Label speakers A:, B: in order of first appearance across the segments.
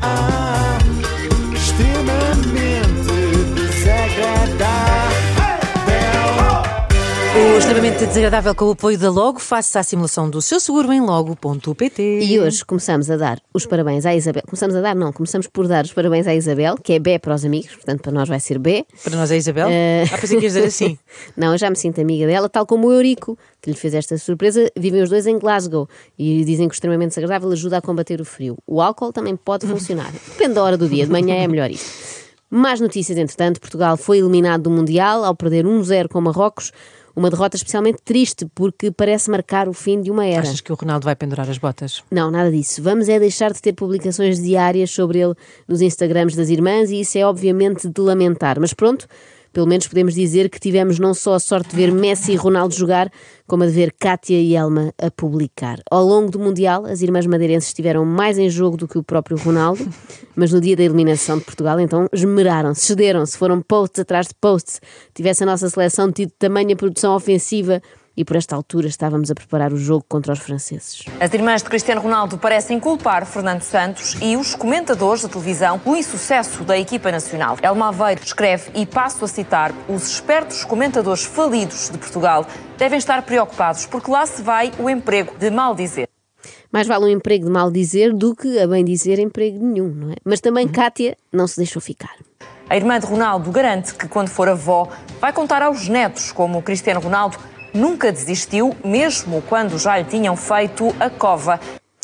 A: Ah, extremamente desagradável.
B: O extremamente desagradável com o apoio da Logo, faça a simulação do seu seguro em logo.pt.
C: E hoje começamos a dar os parabéns à Isabel. Começamos a dar, não, começamos por dar os parabéns à Isabel, que é B para os amigos, portanto para nós vai ser B.
B: Para nós é Isabel?
C: Eh,
B: Ah, pensei que ias dizer assim.
C: Não, eu já me sinto amiga dela, tal como o Eurico, que lhe fez esta surpresa. Vivem os dois em Glasgow e dizem que o extremamente desagradável ajuda a combater o frio. O álcool também pode funcionar. Depende da hora do dia, de manhã é melhor isto. Mais notícias, entretanto, Portugal foi eliminado do Mundial ao perder 1-0 com Marrocos. Uma derrota especialmente triste, porque parece marcar o fim de uma era.
B: Achas que o Ronaldo vai pendurar as botas?
C: Não, nada disso. Vamos é deixar de ter publicações diárias sobre ele nos Instagrams das irmãs e isso é obviamente de lamentar. Mas pronto, pelo menos podemos dizer que tivemos não só a sorte de ver Messi e Ronaldo jogar, como a de ver Kátia e Elma a publicar. Ao longo do Mundial, as irmãs madeirenses estiveram mais em jogo do que o próprio Ronaldo, mas no dia da eliminação de Portugal, então esmeraram-se, cederam-se, foram posts atrás de posts. Tivesse a nossa seleção tido tamanha produção ofensiva e por esta altura estávamos a preparar o jogo contra os franceses.
D: As irmãs de Cristiano Ronaldo parecem culpar Fernando Santos e os comentadores da televisão pelo insucesso da equipa nacional. Elma Aveiro escreve, e passo a citar, os espertos comentadores falidos de Portugal devem estar preocupados porque lá se vai o emprego de mal dizer.
C: Mais vale um emprego de mal dizer do que, a bem dizer, emprego nenhum, não é? Mas
B: Uhum.
C: também Kátia não se deixou ficar.
D: A irmã de Ronaldo garante que quando for avó vai contar aos netos como Cristiano Ronaldo nunca desistiu, mesmo quando já lhe tinham feito a cova.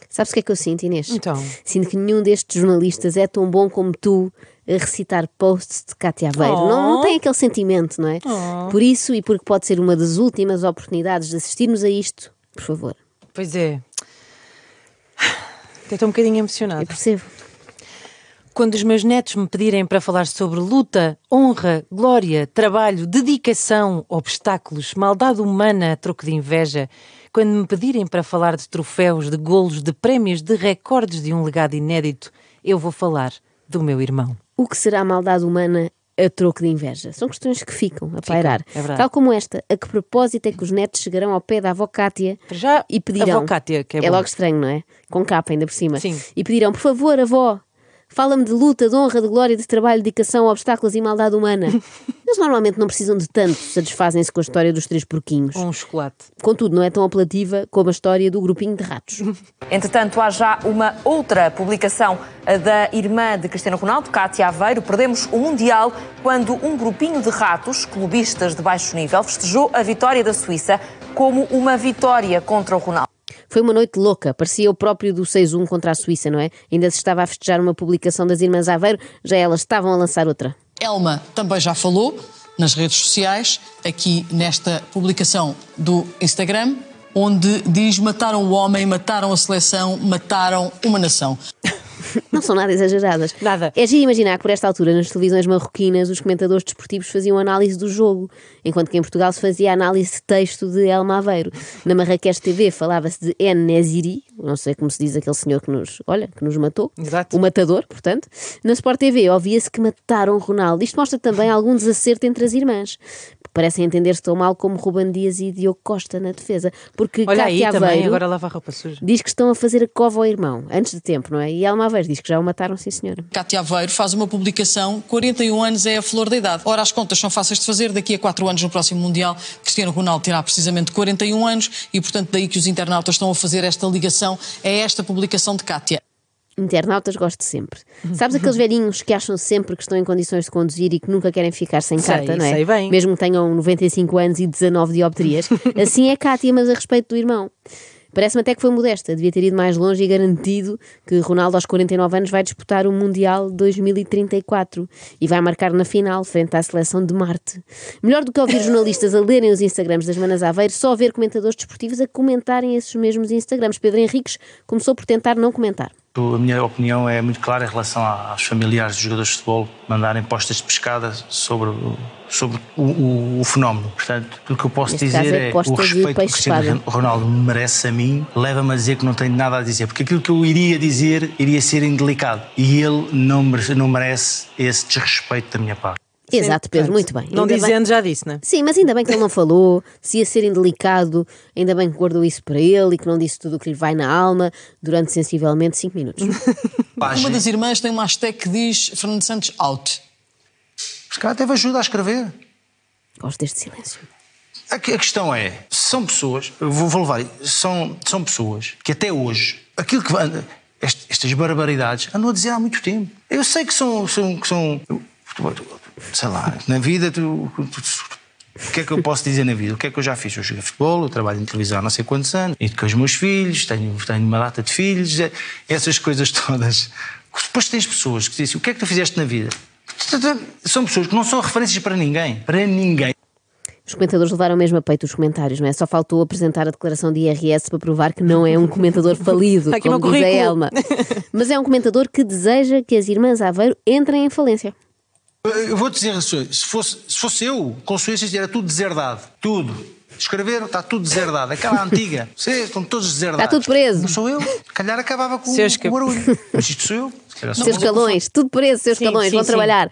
C: Sabes o que é que eu sinto, Inês?
B: Então.
C: Sinto que nenhum destes jornalistas é tão bom como tu a recitar posts de Cátia Aveiro.
B: Oh.
C: Não, não tem aquele sentimento, não é? Por isso e porque pode ser uma das últimas oportunidades de assistirmos a isto, por favor.
B: Pois é. Até Estou um bocadinho emocionada.
C: Eu percebo.
B: Quando os meus netos me pedirem para falar sobre luta, honra, glória, trabalho, dedicação, obstáculos, maldade humana a troco de inveja, quando me pedirem para falar de troféus, de golos, de prémios, de recordes de um legado inédito, eu vou falar do meu irmão.
C: O que será a maldade humana a troco de inveja? São questões que ficam a pairar.
B: é verdade.
C: Tal como esta, a que propósito é que os netos chegarão ao pé da avó Cátia
B: Para já,
C: e pedirão.
B: avó Cátia, que é bom.
C: logo estranho, não é? Com capa ainda por cima.
B: Sim.
C: E pedirão, por favor, avó, fala-me de luta, de honra, de glória, de trabalho, dedicação, obstáculos e maldade humana. Eles normalmente não precisam de tanto, satisfazem-se com a história dos três porquinhos.
B: Um chocolate.
C: Contudo, não é tão apelativa como a história do grupinho de ratos.
D: Entretanto, há já uma outra publicação a da irmã de Cristiano Ronaldo, Cátia Aveiro. Perdemos o Mundial quando um grupinho de ratos, clubistas de baixo nível, festejou a vitória da Suíça como uma vitória contra o Ronaldo.
C: Foi uma noite louca, parecia o próprio do 6-1 contra a Suíça, não é? Ainda se estava a festejar uma publicação das Irmãs Aveiro, já elas estavam a lançar outra.
E: Elma também já falou nas redes sociais, aqui nesta publicação do Instagram, onde diz: mataram o homem, mataram a seleção, mataram uma nação.
C: Não são nada exageradas.
B: Nada.
C: É giro imaginar que por esta altura, nas televisões marroquinas, os comentadores desportivos faziam análise do jogo, enquanto que em Portugal se fazia análise de texto de Elma Aveiro. Na Marrakech TV falava-se de N. Neziri, não sei como se diz aquele senhor que nos, olha, que nos matou.
B: Exato.
C: O matador, portanto. Na Sport TV ouvia-se que mataram Ronaldo. Isto mostra também algum desacerto entre as irmãs. Parecem entender-se tão mal como Ruban Dias e Diogo Costa na defesa. Porque Cátia
B: Olha aí
C: Aveiro
B: também, agora lava a roupa suja.
C: diz que estão a fazer a cova ao irmão, antes de tempo, não é? E Elma Aveiro diz que já o mataram, sim senhora.
E: Cátia Aveiro faz uma publicação, 41 anos é a flor da idade. Ora, as contas são fáceis de fazer, daqui a 4 anos no próximo Mundial, Cristiano Ronaldo terá precisamente 41 anos e, portanto, daí que os internautas estão a fazer esta ligação a esta publicação de Cátia.
C: Internautas gosto sempre. Sabes aqueles velhinhos que acham sempre que estão em condições de conduzir e que nunca querem ficar sem
B: Sei,
C: carta, não é?
B: sei bem.
C: Mesmo que tenham 95 anos e 19 dioptrias. Assim é Cátia, mas a respeito do irmão. Parece-me até que foi modesta, devia ter ido mais longe e garantido que Ronaldo aos 49 anos vai disputar o Mundial 2034 e vai marcar na final frente à seleção de Marte. Melhor do que ouvir jornalistas a lerem os Instagrams das Manas Aveiro, só ver comentadores desportivos a comentarem esses mesmos Instagrams. Pedro Henriques começou por tentar não comentar.
F: A minha opinião é muito clara em relação a- aos familiares dos jogadores de futebol mandarem postas de pescada sobre, o- sobre o, o- o fenómeno. Portanto, tudo o que eu posso
C: Neste caso
F: dizer
C: é
F: é,
C: posta
F: o
C: de
F: respeito que
C: peixe
F: o Cristiano
C: espada.
F: Ronaldo me merece a mim leva-me a dizer que não tenho nada a dizer, porque aquilo que eu iria dizer iria ser indelicado e ele não merece, não merece esse desrespeito da minha parte.
C: Exato, Pedro, muito bem.
B: Não
C: Ainda
B: dizendo, já disse, não é?
C: Sim, mas ainda bem que ele não falou, se ia ser indelicado, ainda bem que guardou isso para ele e que não disse tudo o que lhe vai na alma durante sensivelmente 5 minutos.
E: Uma
F: página.
E: das irmãs tem uma hashtag que diz Fernando Santos out.
F: Mas cara teve ajuda a escrever.
C: Gosto deste silêncio.
F: A, que- a questão é, são pessoas, eu vou, vou levar, são, são pessoas que até hoje, aquilo que anda- est- estas barbaridades andam a dizer há muito tempo. Eu sei que são, são, que são sei lá, na vida tu, tu- tu- o que é que eu posso dizer na vida? O que é que eu já fiz? Eu joguei futebol, eu trabalho em televisão há não sei quantos anos, eduquei os meus filhos, tenho, tenho uma data de filhos, eh, essas coisas todas. Depois tens pessoas que dizem o que é que tu fizeste na vida? São pessoas que não são referências para ninguém, para ninguém.
C: Os comentadores levaram mesmo a peito os comentários, não é? Só faltou apresentar a declaração de IRS para provar que não é um comentador falido,
B: Tá Aqui o
C: como diz
B: meu
C: a
B: currículo.
C: Elma. Mas é um comentador que deseja que as irmãs Aveiro entrem em falência.
F: Eu vou dizer, se se fosse, se fosse eu, Consuências era tudo deserdado. Tudo. Escrever, está tudo deserdado. Aquela antiga. Vocês estão todos deserdados.
C: Está Tá tudo preso.
F: Não sou eu. Se calhar acabava com,
B: Seus
F: com o
B: cap-
F: barulho. Mas isto sou eu. Se calhar sou eu.
C: seus calões, tudo preso, seus
B: Sim,
C: calões,
B: sim,
C: vão
B: sim.
C: trabalhar.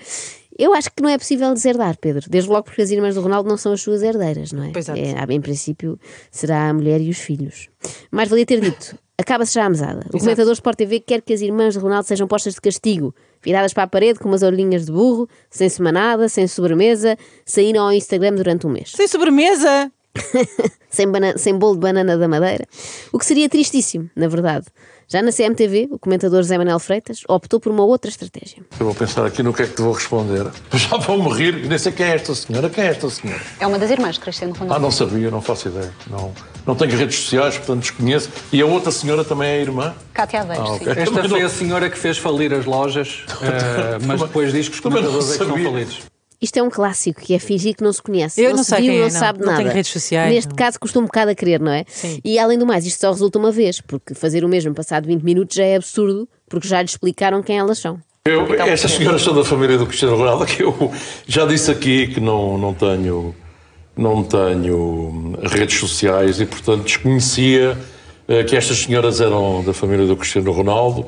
C: Eu acho que não é possível deserdar, Pedro, desde logo porque as irmãs do Ronaldo não são as suas herdeiras, não é?
B: Pois é.
C: é há- em princípio será a mulher e os filhos. Mais valia ter dito, acaba-se já a mesada. O comentador Sport TV quer que as irmãs do Ronaldo sejam postas de castigo, viradas para a parede com umas orelhinhas de burro, sem semanada, sem sobremesa, saíram ao Instagram durante um mês
B: Sem sobremesa!
C: sem, bana- sem bolo de banana da Madeira, o que seria tristíssimo, na verdade. Já na CMTV, o comentador Zé Manuel Freitas optou por uma outra estratégia.
G: Eu vou pensar aqui no que é que te vou responder. Já vou morrer, nem sei quem é esta senhora. Quem é esta senhora?
H: É uma das irmãs de Cristiano
G: Ah,
H: Ronaldo.
G: não sabia, não faço ideia. Não, não tenho redes sociais, portanto desconheço. E a outra senhora também é irmã?
H: Cátia Aveiro,
G: Ah,
H: sim.
G: ok.
I: Esta
G: Também
I: foi
G: não-
I: a senhora que fez falir as lojas, eh, mas depois diz que os
G: Também não
I: comentadores é que são
G: sabia.
I: falidos.
C: Isto é um clássico, que é fingir que não se conhece.
B: Eu não
C: se
B: sei
C: viu,
B: quem é,
C: não,
B: não.
C: sabe
B: Não
C: nada.
B: tenho redes sociais,
C: Neste
B: não.
C: caso, custa um bocado a querer, não é?
B: Sim.
C: E além do mais, isto só resulta uma vez, porque fazer o mesmo passado 20 minutos já é absurdo, porque já lhe explicaram quem elas são.
G: Eu, estas senhoras são da família do Cristiano Ronaldo, que eu já disse aqui que não, não tenho não tenho hum, redes sociais e, portanto, desconhecia eh, que estas senhoras eram da família do Cristiano Ronaldo.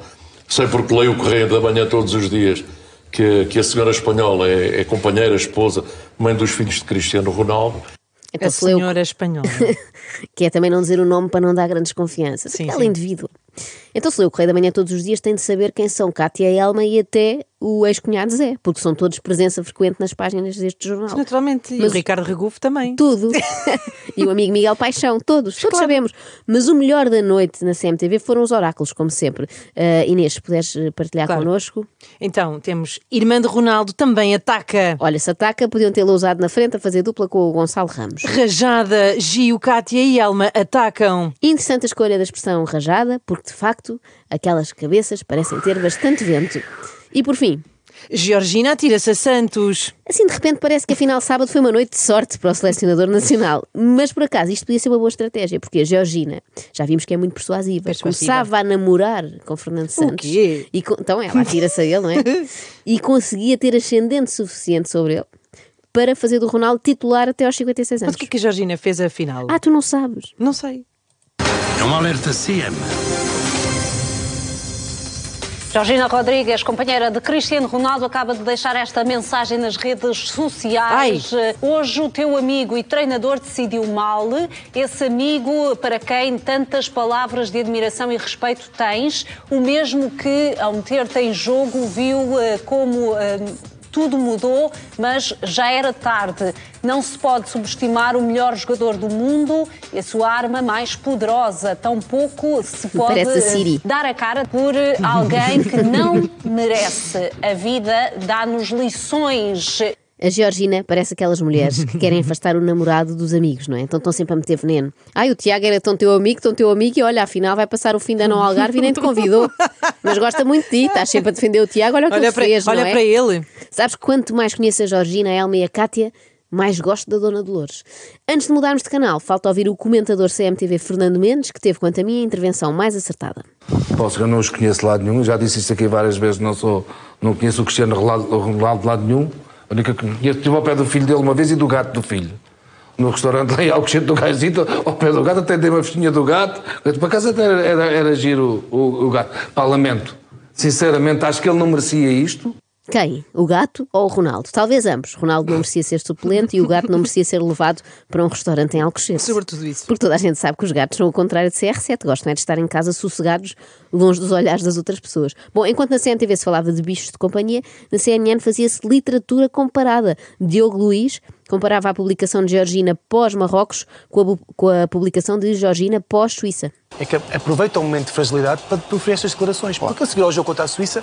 G: Sei porque leio o Correio da Manhã todos os dias que, que a senhora espanhola é, é companheira, esposa, mãe dos filhos de Cristiano Ronaldo.
C: Então
B: A
C: se leu
B: senhora espanhola.
C: que é também não dizer o nome para não dar grandes confianças.
B: Sim,
C: Aquela
B: sim.
C: indivídua. Então, se lê o Correio da Manhã todos os dias, tem de saber quem são Cátia Elma e até o ex-cunhado Zé, porque são todos presença frequente nas páginas deste jornal.
B: Naturalmente. E o
C: Mas-
B: Ricardo Regufo também.
C: Tudo. e o amigo Miguel Paixão, todos, todos sabemos. Mas o melhor da noite na CMTV foram os oráculos, como sempre. Ah, Inês, se puderes eh, partilhar
B: Claro.
C: connosco.
B: Então, temos irmã de Ronaldo também ataca.
C: Olha, se ataca, podiam tê-lo usado na frente a fazer dupla com o Gonçalo Ramos.
B: Rajada, Gio, Cátia e Elma atacam.
C: Interessante a escolha da expressão rajada, porque de facto aquelas cabeças parecem ter bastante vento. E por fim,
B: Georgina atira-se a Santos.
C: assim de repente parece que afinal sábado foi uma noite de sorte para o selecionador nacional. Mas por acaso isto podia ser uma boa estratégia, porque a Georgina, já vimos que é muito persuasiva,
B: Persuasiva.
C: começava a namorar com Fernando Santos.
B: quê?
C: E co- então ela atira-se a ele, não é? E conseguia ter ascendente suficiente sobre ele para fazer do Ronaldo titular até aos 56
B: Mas
C: anos.
B: o que é que a Georgina fez afinal?
C: Ah, tu não sabes.
B: Não sei.
J: É um alerta CM.
H: Georgina Rodrigues, companheira de Cristiano Ronaldo, acaba de deixar esta mensagem nas redes sociais. Hoje o teu amigo e treinador decidiu mal. Esse amigo para quem tantas palavras de admiração e respeito tens, o mesmo que ao meter-te em jogo viu eh, como eh, Tudo mudou, mas já era tarde. Não se pode subestimar o melhor jogador do mundo e a sua arma mais poderosa. Tampouco se pode
C: Parece a
H: eh,
C: Siri.
H: dar a cara por eh, alguém que não merece. A vida dá-nos lições.
C: A Georgina parece aquelas mulheres que querem afastar o namorado dos amigos, não é? Então estão sempre a meter veneno. Ai, o Tiago era tão teu amigo, tão teu amigo, e olha, afinal vai passar o fim da não Algarve e nem te convidou. Mas gosta muito de ti, estás sempre a defender o Tiago, olha o que
B: Olha,
C: ele
B: para,
C: fez,
B: olha
C: não é?
B: para ele.
C: Sabes que quanto mais conheço a Georgina, a Elma e a Cátia, mais gosto da Dona Dolores. Antes de mudarmos de canal, falta ouvir o comentador CMTV Fernando Mendes, que teve, quanto a mim, a intervenção mais acertada.
K: Posso, eu não os conheço de lado nenhum, já disse isso aqui várias vezes, não, sou, não conheço o Cristiano Ronaldo Ronaldo de lado nenhum. A única que conheço, estive ao pé do filho dele uma vez e do gato do filho. No restaurante lá em Alcochete do Gajito, ao pé do gato, até dei uma festinha do gato. Para casa até era, era, era giro o, o gato. Pá, lamento. Sinceramente, acho que ele não merecia isto.
C: Quem? O gato ou o Ronaldo? Talvez ambos. Ronaldo não merecia ser suplente e o gato não merecia ser levado para um restaurante em Alcochete.
B: Sobretudo isso.
C: Porque toda a gente sabe que os gatos são o contrário de CR7. Gostam é de estar em casa sossegados, longe dos olhares das outras pessoas. Bom, enquanto na CNTV se falava de bichos de companhia, na CNN fazia-se literatura comparada. Diogo Luís comparava a publicação de Georgina pós-Marrocos com a bu- com a publicação de Georgina pós-Suíça.
L: é que aproveita o momento de fragilidade para proferir estas declarações. Porque a seguir ao jogo contra a Suíça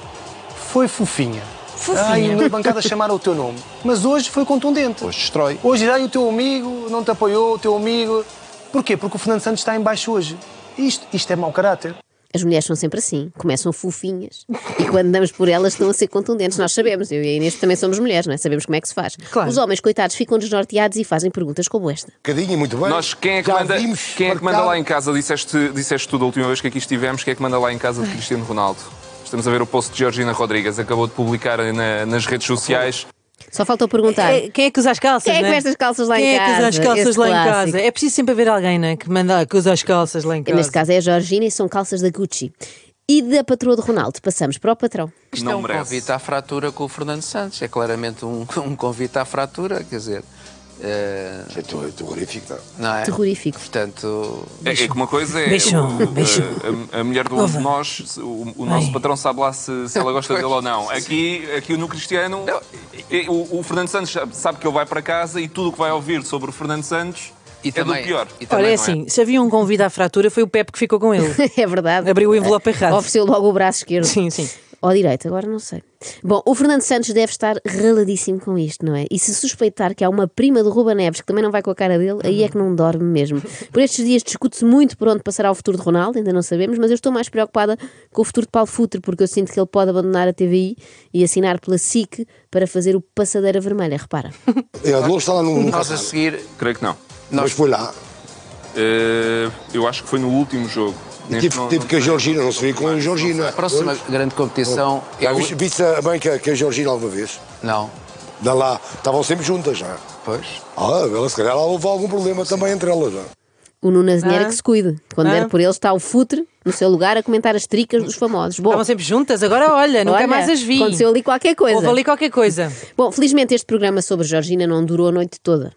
L: foi fofinha.
M: Fofinha.
L: Ai, na bancada chamaram o teu nome. Mas hoje foi contundente. Hoje destrói. Hoje, ai, o teu amigo não te apoiou, o teu amigo. Porquê? Porque o Fernando Santos está em baixo hoje. Isto, isto é mau caráter.
C: As mulheres são sempre assim, começam fofinhas e quando damos por elas estão a ser contundentes. Nós sabemos, eu e a Inês também somos mulheres, não é? Sabemos como é que se faz. Os homens, coitados, ficam desnorteados e fazem perguntas como esta.
N: Cadinho, muito bem. Nós, quem é que, manda, quem é que manda lá em casa? Disseste, disseste tudo a última vez que aqui estivemos. Quem é que manda lá em casa de Cristiano Ronaldo? Estamos a ver o post de Georgina Rodrigues. Acabou de publicar na- nas redes sociais.
C: Só faltou perguntar.
B: É, Quem é que usa as calças?
C: Quem é que
B: né?
C: veste as calças lá em
B: Quem é que usa as
C: casa?
B: calças
C: Esse
B: lá em
C: clássico.
B: casa? É preciso sempre haver alguém né, que manda que usa as calças lá em casa.
C: Neste caso é a Georgina e são calças da Gucci. E da patroa de Ronaldo, passamos para o patrão.
O: Isto é um convite à fratura com o Fernando Santos. É claramente um, um convite à fratura, quer dizer. É,
N: é terrorífico,
O: não é?
C: Terrorífico.
O: Portanto.
N: É, é que uma coisa é.
O: Bicho,
N: o- o-
O: bicho.
N: a- A, a mulher do um de nós, se- o, o nosso patrão sabe lá se, se ela gosta dele ou não. Aqui, aqui no Cristiano, é- o, o Fernando Santos sabe- sabe que ele vai para casa e tudo o que vai ouvir sobre o Fernando Santos é do pior.
B: Olha, é assim, se havia um convite à fratura, foi o Pepe que ficou com ele.
C: é verdade.
B: Abriu o envelope errado.
C: Ofereceu logo o braço esquerdo.
B: Sim, sim.
C: Ou direito, agora não sei. Bom, o Fernando Santos deve estar raladíssimo com isto, não é? E se suspeitar que há uma prima do Ruba Neves que também não vai com a cara dele, aí é que não dorme mesmo. Por estes dias discute-se muito por onde passará o futuro de Ronaldo, ainda não sabemos, mas eu estou mais preocupada com o futuro de Paulo Futre, porque eu sinto que ele pode abandonar a TVI e assinar pela SIC para fazer o Passadeira Vermelha, repara.
N: É, a Dolores está lá no.
O: Nós a seguir.
N: Creio que não. Mas foi lá. eu acho que foi no último jogo. Nem-
O: tive-
N: não-
O: tive
N: não-
P: Que a Georgina não se viu com a Georgina.
O: A próxima grande competição
P: Já
O: é o-
P: viste, viste a mãe que, que a Georgina alguma vez?
O: Não.
P: Dá lá, estavam sempre juntas já.
O: Pois.
P: Ah, ela se calhar lá houve algum problema também entre elas já.
C: O Nuno Azinheira
P: Ah.
C: que se cuide. Quando
P: Ah.
C: der por ele, está o Futre no seu lugar a comentar as tricas dos famosos. Bom,
B: Estavam sempre juntas, agora olha, nunca
C: Olha,
B: mais as vi.
C: Aconteceu ali qualquer coisa.
B: Houve ali qualquer coisa.
C: Bom, felizmente este programa sobre Georgina não durou a noite toda.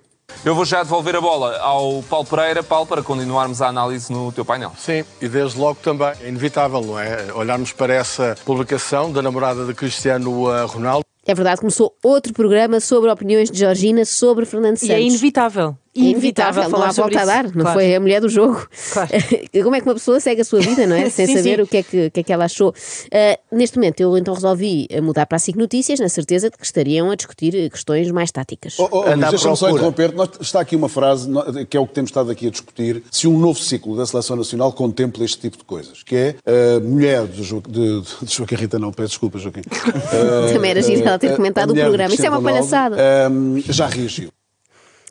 N: Eu vou já devolver a bola ao Paulo Pereira, Paulo, para continuarmos a análise no teu painel.
Q: Sim, e desde logo também é inevitável, não é? Olharmos para essa publicação da namorada de Cristiano eh, Ronaldo.
C: É verdade, começou outro programa sobre opiniões de Georgina sobre Fernando Santos.
B: E é inevitável. Inevitável
C: não
B: falar
C: há
B: sobre
C: volta a dar,
B: isso.
C: não
B: Claro.
C: foi a mulher do jogo.
B: Claro.
C: Como é que uma pessoa segue a sua vida, não é? Sem
B: Sim,
C: saber
B: sim.
C: O, que é que, o que é que ela achou. Ah, neste momento, eu então resolvi mudar para a SIC Notícias, na certeza de que estariam a discutir eh, questões mais táticas.
R: Oh, Luís, Deixa-me só interromper. Nós- está aqui uma frase no- que é o que temos estado aqui a discutir. Se um novo ciclo da Seleção Nacional contempla este tipo de coisas, que é a mulher de, Jo- de- de- de Joaquim Rita, não, peço desculpa, Joaquim. Ah,
C: Também era giro ela ter
R: ah,
C: comentado
R: a
C: o
R: mulher de
C: programa. Isso é uma
R: Cristiano Ronaldo, ah, já reagiu.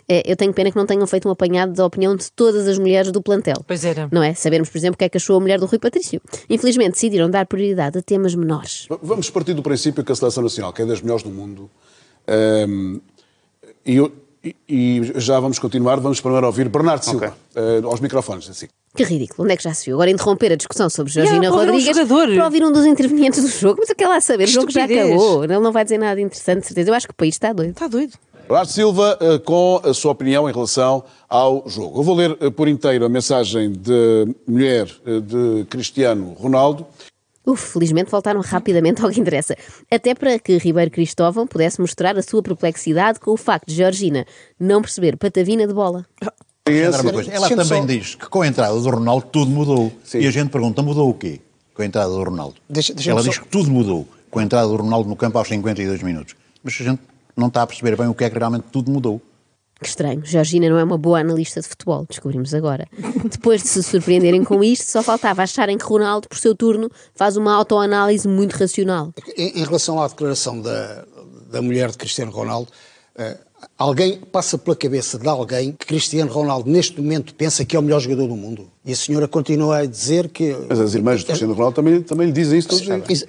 C: É, eu tenho pena que não tenham feito um apanhado da opinião de todas as mulheres do plantel.
B: Pois era.
C: Não é? Sabermos, por exemplo, o que é que achou a mulher do Rui Patrício. Infelizmente, decidiram dar prioridade a temas menores.
R: V- Vamos partir do princípio que a seleção nacional, que é das melhores do mundo, ehm, e, eu- e- e já vamos continuar, vamos primeiro ouvir Bernardo Silva, eh, aos microfones, assim.
C: Que ridículo, onde é que já se viu? Agora interromper a discussão sobre
R: E ela
C: Georgina
R: para ouvir um
C: Rodrigues para ouvir um dos intervenientes do jogo. Mas o que é lá a saber? O jogo já
R: Estupidez.
C: acabou. Ele não vai dizer nada interessante, de certeza. Eu acho que o país está doido. Está
B: doido.
R: Bernardo Silva eh, com a sua opinião em relação ao jogo. Eu vou ler eh, por inteiro a mensagem de mulher eh, de Cristiano Ronaldo.
C: Uf, felizmente voltaram rapidamente ao que interessa. Até para que Ribeiro Cristóvão pudesse mostrar a sua perplexidade com o facto de Georgina não perceber patavina de bola.
S: Era uma coisa. Ela
R: Sente
S: também
R: só-
S: diz que com a entrada do Ronaldo tudo mudou. E a gente pergunta, mudou o quê? Com a entrada do Ronaldo.
R: Deixa- deixa-me
S: Ela
R: só-
S: diz que tudo mudou com a entrada do Ronaldo no campo aos 52 minutos. Mas a gente não está a perceber bem o que é que realmente tudo mudou.
C: Que estranho, Georgina não é uma boa analista de futebol, descobrimos agora. Depois de se surpreenderem com isto, só faltava acharem que Ronaldo, por seu turno, faz uma autoanálise muito racional.
T: Em, em relação à declaração da, da mulher de Cristiano Ronaldo, eh, alguém passa pela cabeça de alguém que Cristiano Ronaldo, neste momento, pensa que é o melhor jogador do mundo. E a senhora continua a dizer que.
R: Mas as irmãs de Cristiano Ronaldo também, também lhe dizem isso eh, todos os dias.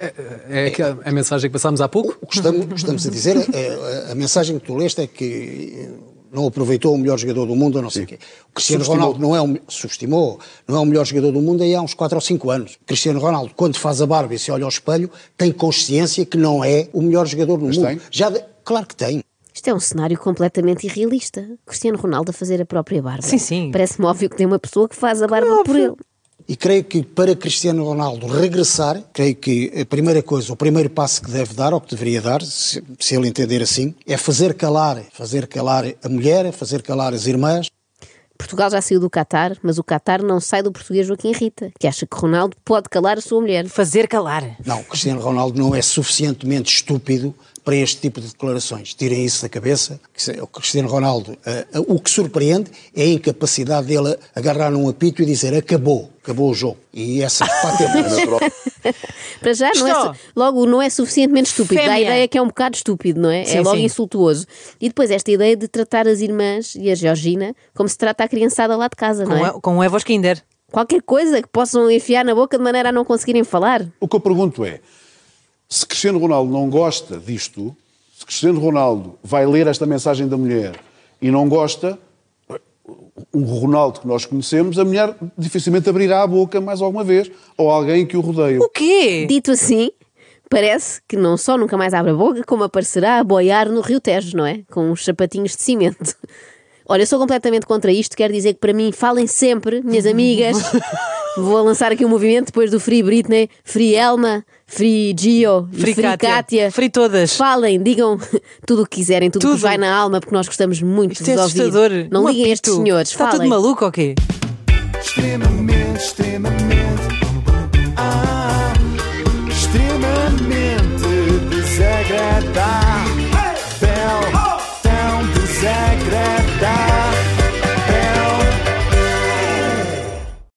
T: É a mensagem que passámos há pouco? O que estamos, o que estamos a dizer, é- é- a mensagem que tu leste é que eh, não aproveitou o melhor jogador do mundo, ou não sei o quê. O Cristiano
R: Subestimou.
T: Ronaldo não é o subestimou, não é o melhor jogador do mundo aí há uns 4 ou 5 anos. O Cristiano Ronaldo, quando faz a barba e se olha ao espelho, tem consciência que não é o melhor jogador do mundo.
R: tem?
T: Já de- Claro que tem.
C: Isto é um cenário completamente irrealista. Cristiano Ronaldo a fazer a própria barba. Sim, sim. Parece-me óbvio que tem uma pessoa que faz a barba por ele.
T: E creio que para Cristiano Ronaldo regressar, creio que a primeira coisa, o primeiro passo que deve dar, ou que deveria dar, se, se ele entender assim, é fazer calar, fazer calar a mulher, fazer calar as irmãs.
C: Portugal já saiu do Qatar, mas o Qatar não sai do português Joaquim Rita, que acha que Ronaldo pode calar a sua mulher.
B: Fazer calar.
T: Não, o Cristiano Ronaldo não é suficientemente estúpido para este tipo de declarações. Tirem isso da cabeça. Que se- O Cristiano Ronaldo, eh, eh, o que surpreende é a incapacidade dele agarrar num apito e dizer acabou, acabou o jogo. E é essas
C: É
T: patentes.
C: Para já, não é,
T: Estou.
C: su- logo, não é suficientemente estúpido. Dá a
T: Fêmea.
C: ideia que é um bocado estúpido, não é?
T: Sim,
C: é logo
T: sim.
C: insultuoso. E depois esta ideia de tratar as irmãs e a Georgina como se trata a criançada lá de casa,
B: Com,
C: não é?
B: é? com Evos Kinder.
C: Qualquer coisa que possam enfiar na boca de maneira a não conseguirem falar.
R: O que eu pergunto é: se Cristiano Ronaldo não gosta disto, se Cristiano Ronaldo vai ler esta mensagem da mulher e não gosta, um Ronaldo que nós conhecemos, a mulher dificilmente abrirá a boca mais alguma vez, ou alguém que o rodeia. O
B: quê?
C: Dito assim, parece que não só nunca mais abre a boca, como aparecerá a boiar no Rio Tejo, não é? Com uns sapatinhos de cimento. Olha, eu sou completamente contra isto, quero dizer que para mim falem sempre, minhas amigas. Vou lançar aqui um movimento depois do Free Britney, Free Elma, Free Gio, e
B: Free
C: Free
B: Cátia.
C: Cátia.
B: Free todas.
C: Falem, digam tudo o que quiserem, tudo o que vos vai na alma, porque nós gostamos muito
B: Isto
C: de
B: é
C: vos ouvir.
B: assustador.
C: Não
B: Um
C: liguem a estes
B: apito. Tá
C: senhores,
B: Está
C: falem.
B: tudo maluco ou quê?
A: extremamente, Ah, extremamente,